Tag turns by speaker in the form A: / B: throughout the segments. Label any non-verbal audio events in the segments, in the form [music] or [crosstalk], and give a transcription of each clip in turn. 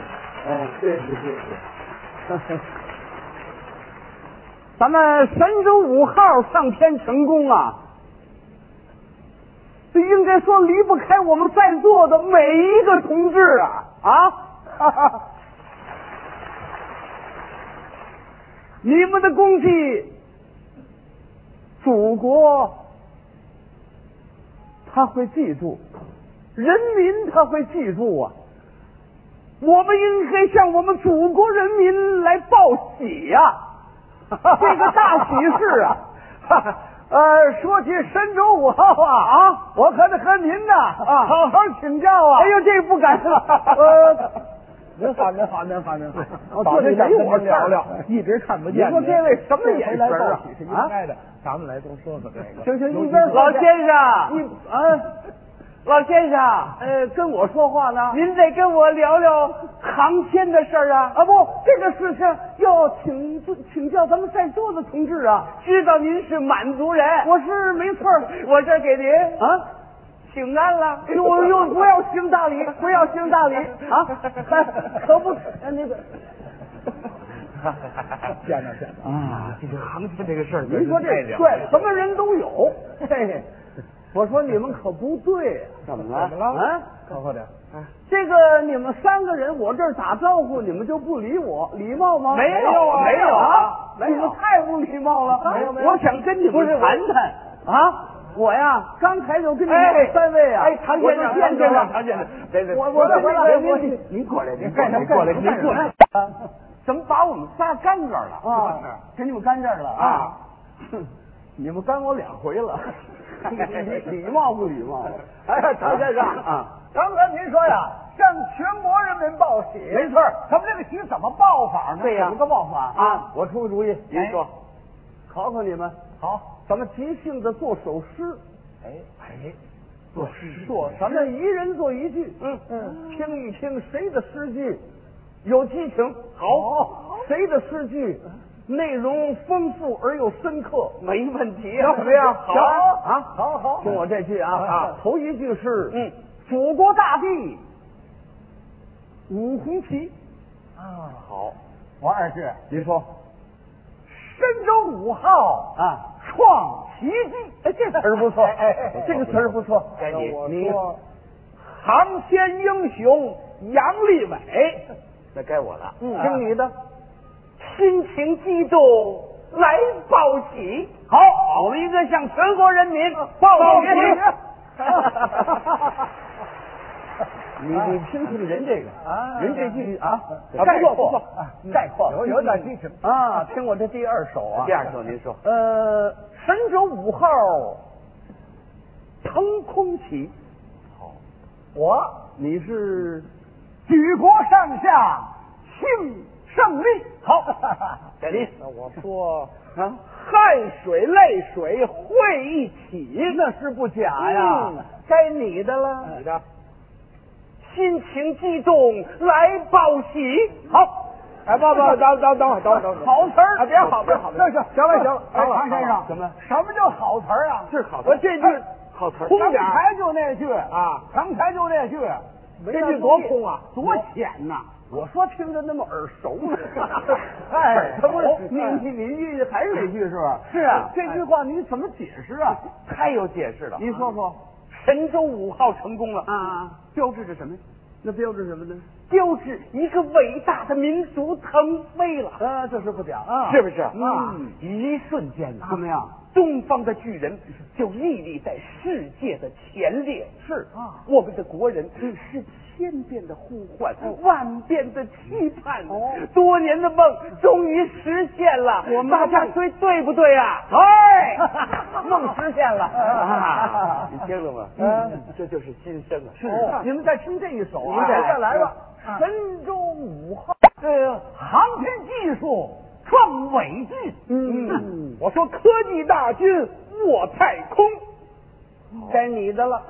A: [laughs] 咱们神舟五号上天成功啊，这应该说离不开我们在座的每一个同志啊啊！哈哈你们的功绩，祖国他会记住，人民他会记住啊。我们应该向我们祖国人民来报喜呀、 [laughs] 这个大喜事啊！
B: [laughs] 呃，说起神舟五号啊
A: 啊，
B: 我可得和您呐
A: 啊
B: 好好请教啊。
A: 哎呦，这不敢了。 [laughs]
B: 呃，
C: 您好，您好，您好，您好。
B: 我
C: 早
B: 坐
C: 就
B: 这
C: 想
B: 没
C: 跟
B: 我
C: 您聊
B: 聊
C: 聊
B: 聊，
C: 一直看不
B: 你
C: 见您。
B: 说这位什么眼神
C: 这回来
B: 啊
C: 报喜是？应
B: 啊，
C: 该的，咱们来多说说这个。
B: 行行，
C: 尤
B: 一
C: 其
B: 边
C: 是
A: 老
B: 老
A: 先
B: 先
A: 生，
B: 一啊，老先生，呃，跟我说话呢。
A: 您得跟我聊聊航天的事儿啊！啊不，这个事情要请请教咱们在座的同志啊。知道您是满族人，
B: 哎
A: 我是没错儿，我这儿给您
B: [laughs]
A: 啊请安了。又又不要行大礼，不要行大礼啊！还可不呃那个。
C: 见着见着。
A: 啊，
C: 这个航天这个事儿，
B: 您说这帅什么人都有，嘿嘿，我说你们可不对啊，
A: 怎么
C: 怎么了？
B: 啊，
C: 靠靠点。
B: 这个你们三个人，我这儿打招呼，你们就不理我，礼貌吗？
A: 没有啊
B: 没有啊，
A: 没有啊
B: 你们太不礼貌了。
A: 没有没有
B: 我想跟你
A: 不
B: 们
A: 是我
B: 谈谈啊，我呀，刚才就跟你们三位啊，
A: 哎，唐先生，
B: 我就见见
A: 唐先
B: 了
A: 生，，唐先生，别别，
B: 我我这回来，我
A: 您您过来，您过
C: 干
A: 来，
C: 什么
A: 您过
C: 干
A: 来，
C: 什么
A: 您过
C: 干什
A: 来
C: 么，
A: 怎么把我们仨干这儿了
B: 啊，
A: 哦给你们干这儿了
B: 啊 [laughs]
A: 啊？
B: 你们干我两回了，
A: [laughs] 礼貌不礼 [laughs] 貌？
B: 哎，唐先生
A: 啊，
C: 刚才您说呀，向全国人民报喜，
B: 没错儿
C: 咱们这个喜怎么报法呢？
A: 对呀
C: 怎么个报法
A: 啊？
C: 我出个主意，哎
A: 您说
B: 哎考考你们，
C: 好。
B: 咱们即兴的做首诗，
C: 哎哎，做事
B: 做咱们一人做一句，嗯嗯，听一听谁的诗句有激情，
C: 好，
B: 谁的诗句内容丰富而又深刻，
A: 没问题
B: 行不行？
C: 好
B: 行
C: 啊
B: 啊，
C: 好好
B: 听我这句啊
C: 啊
B: 啊，头一句是
A: 嗯，
B: 祖国大地五红旗，
C: 啊，好。王二世，
B: 您说
C: 神舟五号
B: 啊，
C: 创奇迹，哎，这
B: 词儿不错，这个词儿不错，
C: 该你
B: 我
C: 你
B: 说
C: 航天英雄杨利伟，
A: 那该我了。
B: 嗯，
C: 啊
B: 听你的，
A: 心情激动来报喜，
B: 好，
A: 我们应该向全国人民
B: 嗯报
A: 报
B: 喜
A: 喜。
B: 你你听听人这个
C: 啊
B: 人这句啊，
C: 概括
B: 不错
C: 啊
B: 不错，概括
C: 有有点激情
B: 啊。听我这第二首啊，
A: 第二首您说，
B: 呃，神舟五号腾空起，
C: 我
B: 你是
C: 举国上下庆胜利。
B: [laughs]
C: 好，
A: 该您。
C: 那我说
B: 啊？
C: 汗水泪水汇一起，
B: 那是不假呀
C: 嗯，
B: 该你的了。
C: 你的
A: 心情激动来报喜，
C: 好。哎，不不，等等等等等，
B: 好词儿
C: 啊别好，别好，
B: 那行
C: 行了行了，
B: 好了
C: 哎唐
B: 好
C: 先生
B: 了，怎么了
C: 什么叫好词儿啊？
B: 是好词儿
C: 我这句
A: 好词儿
C: 空点
B: 刚
C: 儿，
B: 才
C: 就那句啊，刚才就那句，啊
B: 没
C: 这
B: 那
C: 句多
B: 么
C: 空啊，
B: 多
C: 多浅呐！，
B: 我说听着那么耳熟呢
C: 哎
B: 他不是
C: 好
B: 你你你你还是那句是吧？哎
A: 是啊
B: 这句话你怎么解释啊？
A: 太有解
C: 哎
A: 释了。
B: 您说说
A: 神舟五号成功了，
B: 啊，标志着什么呀？那标志什么呢？
A: 标志一个伟大的民族腾飞了，
B: 啊，这是不假啊
A: 是不是？
B: 嗯，啊
A: 一瞬间呐，
B: 怎么样？
A: 东方的巨人就屹立在世界的前列。
B: 是
A: 啊，我们的国人是千遍的呼唤，万遍的期盼，
B: 哦
A: 多年的梦终于实现了。
B: 我们的
A: 大
B: 梦
A: 家追对不对啊？
B: 哎
A: [laughs] 梦实现了
B: 啊
A: [laughs] 你听了吗？
B: 嗯，
A: 这就是心声啊。
B: 哦你们再听这一首啊，
A: 您再来
B: 再来吧。
C: 神舟五号，呃，航天技术创伟绩。
B: 嗯
C: 我说科技大军卧太空，
B: 该你的了。
A: 哦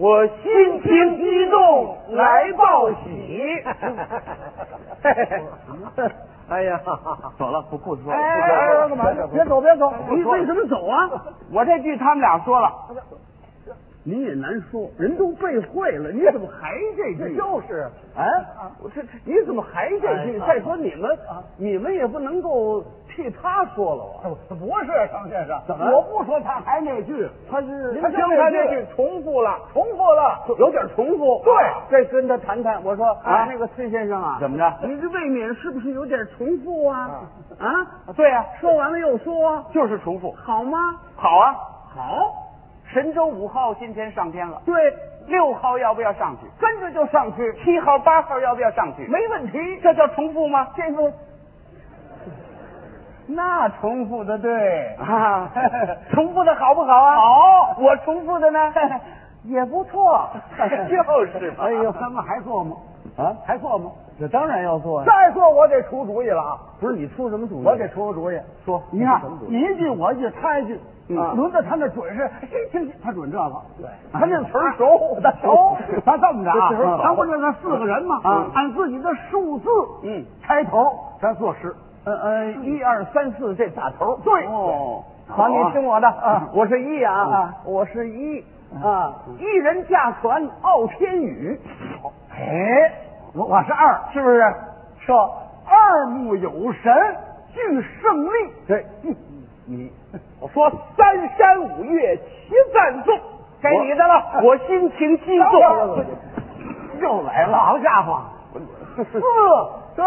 A: 我心情激动来报喜。
B: [laughs] 哎呀，
A: 走了，不不说
B: 哎哎哎，干嘛？别走别走！你为什么走啊？
A: 我这句他们俩说了，
B: 您也难说，人都背会了，你怎么还这句？
A: 就是
B: 啊，我这这你怎么还这句？
A: 哎
B: 再说你们，啊你们也不能够替他说了啊。
C: 不是程先生，
B: 怎么
C: 我不说他还那句，
B: 他是
C: 您
B: 他
C: 听
B: 刚才
C: 他
B: 那
C: 这
B: 句重复了，
C: 重复了。
B: 有点重复。啊
C: 对
B: 再跟他谈谈。我说
A: 啊
B: 啊，那个崔先生啊，
C: 怎么着
B: 你这未免是不是有点重复啊？啊，
C: 对呀、
B: 说完了又说啊，
C: 就是重复。
B: 好吗？
C: 好啊，
B: 好，
C: 神舟五号今天上天了，
B: 对，
C: 六号要不要上去？跟着就上去。七号、八号要不要上去？
B: 没问题。
C: 这叫重复吗？
B: 这个
C: 那重复的对， [laughs]
B: 啊，
C: 重复的好不好啊？好，我重复的呢 [laughs] 也不 [laughs] 错
B: 就是嘛
C: 哎呦，咱们还做吗？
B: 啊，
C: 还做吗？
B: 这当然要做呀。
C: 再做我得出主意了啊！
B: 不是你出什么主意？
C: 我得出个主意。
B: 说
C: 你看，你一句我一句，他一句，
B: 嗯
C: 轮到他那准是，嘿听他准这个，对，
B: 他那词儿熟，他
C: 哦，咱这么着啊
B: 这词儿，好
C: 咱不是咱四个人嘛，
B: 啊
C: 按自己的数字，
B: 嗯，
C: 开头，咱作诗，
B: 呃呃，一二三四这打头。
C: 对
B: 哦，
C: 好
B: 好，你听我的
C: 啊
B: 我是一啊
C: 啊，
B: 我是一啊，一人驾船傲天宇，
C: 哎，我我是二，是不是？说二目有神，具胜利，
B: 对，你，我说三山五岳齐赞颂，
C: 该你的了
B: [laughs] 我心情激
C: 等会
B: 动
C: 儿，又来了，好家伙，
B: 四
C: 对，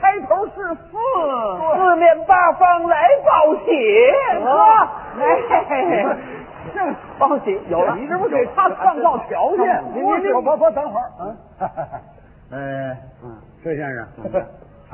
B: 开头是四，哦
C: 四面八方来报喜
B: 呵
C: 哎，这
B: [laughs] 报喜有了，
C: 你这不给他创造条件？我我等会儿，嗯，
B: 嗯，崔先生，
C: 常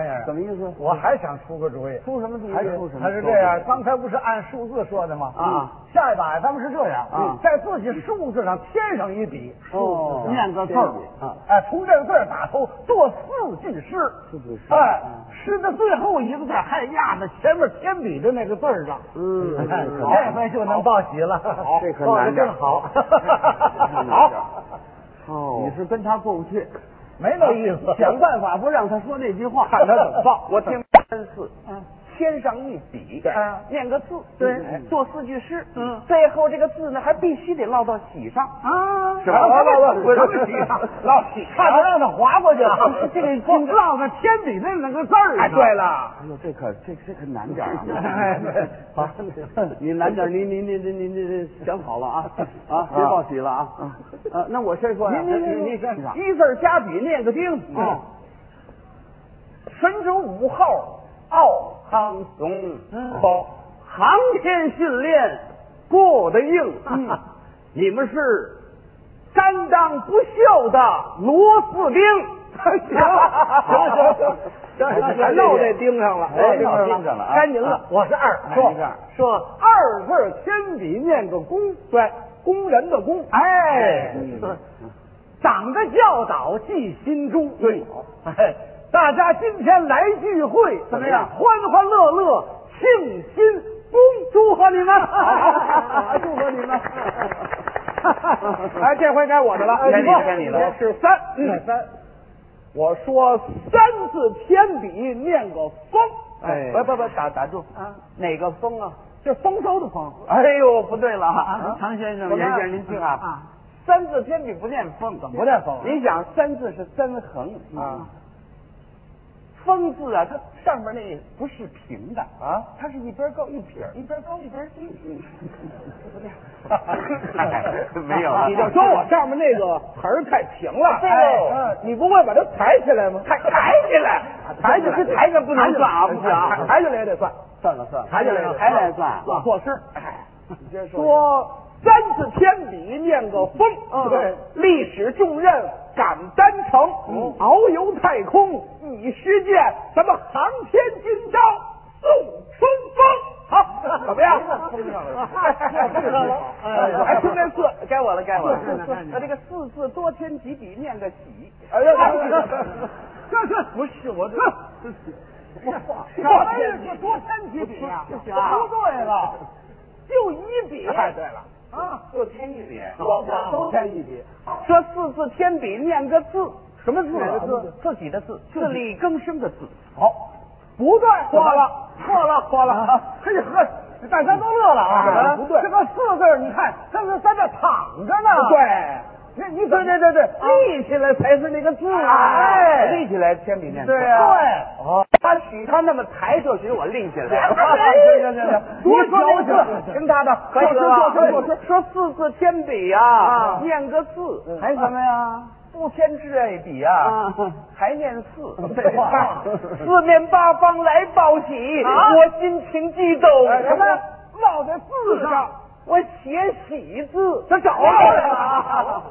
C: 先生，
B: 什么意思？
C: 我还想出个主意，
B: 出什么主意？
C: 还
B: 出什么？
C: 他是这样，刚才不是按数字说的吗？嗯
B: 啊，
C: 下一把咱们是这样嗯
B: 啊
C: 在自己数字上添上一笔，
B: 哦
C: 念个字儿
B: 啊
C: 哎，从这个字儿打头做四句诗，
B: 四句诗啊
C: 哎，诗的最后一个字儿还压在前面添笔的那个字儿上，
B: 嗯
C: 哎
B: 嗯
C: 这回就能报喜了，好
B: 这可
C: 报的
B: 难点
C: 真好，
B: [laughs] 好
C: 好，
B: 哦，你是跟他过不去，
C: 没那意
B: [laughs]
C: 思，
B: 想办法不让他说那句话，
C: 看他怎么
B: [laughs]
C: 报
B: 我听三四，添上一笔，
C: 啊
B: 念个字，
C: 对
B: 嗯做四句诗，
C: 嗯
B: 最后这个字呢还必须得落到喜上，
C: 啊，
B: 是吧
C: 不能洗啊，老洗，差点让他划过去了。
B: [laughs] 这个
C: 光落个天底那两个字儿呢。
B: 哎对
C: [laughs] 了，
B: 哎呦，这可这这可难点啊
C: 哎 [laughs] 对
B: 好，你难点，你你你你你你你想好了啊啊，别报喜了啊啊！那我先说呀，
C: 您您您
B: 你
C: 先说
B: 一字加笔念个经
C: 嗯，
B: 神舟五号奥康松，好，航天训练过得硬，你们是担当不锈的螺丝钉。行
C: 行
B: 又得盯上了，
C: 哎
B: 又
C: 盯上了啊
B: 该您了。
C: 我是二，
B: 哎
C: 说
B: 您是二
C: 说二字儿添笔念个工，对，工人的工。哎
B: 嗯，
C: 党的教导记心中。
B: 对
C: 哎，大家今天来聚会
B: 怎么样，
C: 欢欢乐乐，庆新功，祝贺你们
B: 祝贺你们
C: [laughs] 哎，这回该我的了，
B: 该你了
C: 说
B: 该你了
C: 我是三，
B: 嗯
C: 三。我说三字添笔念个风，
B: 哎，
C: 不
B: 不
C: 不
B: 不
C: 不
B: 不，，打打住
C: 啊，
B: 哪个风啊？
C: 这丰收的丰。
B: 哎呦，不对了啊
C: 啊，
B: 常先生，
C: 怎么
B: 严
C: 样
B: 先生，您听啊，
C: 啊，
B: 三字添笔不念风，怎
C: 不念风啊
B: 您想，三字是三横
C: 啊，
B: 风字啊，它上面那不是平的
C: 啊，
B: 它是一边高一撇，一边高一边低。没有了
C: 你就说我上面那个盆儿太平了，
B: 对
C: 哎你不会把它抬起来吗？
B: 抬抬起来，
C: 抬起来
B: 这抬起来不能算啊，不
C: 抬起
B: 算
C: 来
B: 啊，
C: 抬起来也得算，
B: 算了算了，
C: 抬起来也得
B: 抬起来算，
C: 老做事。
B: 你先说
C: 嗯说三次添笔念个风，
B: 嗯
C: 对，历史重任敢担承，
B: 嗯
C: 遨游太空已实践，咱们航天今朝送春风，
B: [laughs]
C: 好，怎么样？
B: 哎
C: 还听那字，
B: 该我了，该我了
C: 是是是。
B: 那这个四字多添几笔，念个喜。
C: 哎呀，这这
B: 不是我这，
C: 什么呀？这多添几笔啊？
B: 不行啊
C: 不对了，就一笔。
B: 太对了，
C: 啊，
B: 又添一笔，
C: 多添一笔。
B: 说四字添笔，念个字，
C: 什么字
B: 哪个
C: 啊
B: 字？？自己的字，自力更生的字。
C: 好，不对，错了，错了，错了。嘿呵，大家都乐了啊！
B: 啊不对
C: 这个四个人，你看他们在这躺着呢。，
B: 对，
C: 那你对对对对，立起来才是那个字啊！
A: 哎，
C: 哎，
A: 立起来铅笔念错。
C: 对呀，
A: 哦，他许他那么抬手许我立起来。
C: 行行行行，
A: 多
C: 你说那
A: 矫
C: 个字
A: 情，听他的，可以
C: 说
A: 了吧？
C: 说说说说四字铅笔啊，念个字，
A: 还什么呀？不先挚爱笔啊，
C: 啊，
A: 还念四。
B: 废话
A: 四面八方来报喜，
C: 啊
A: 我心情激动。
B: 哎
C: 什么
B: 落在字上，
C: 我写喜字，
A: 他找
C: [laughs] 我来了啊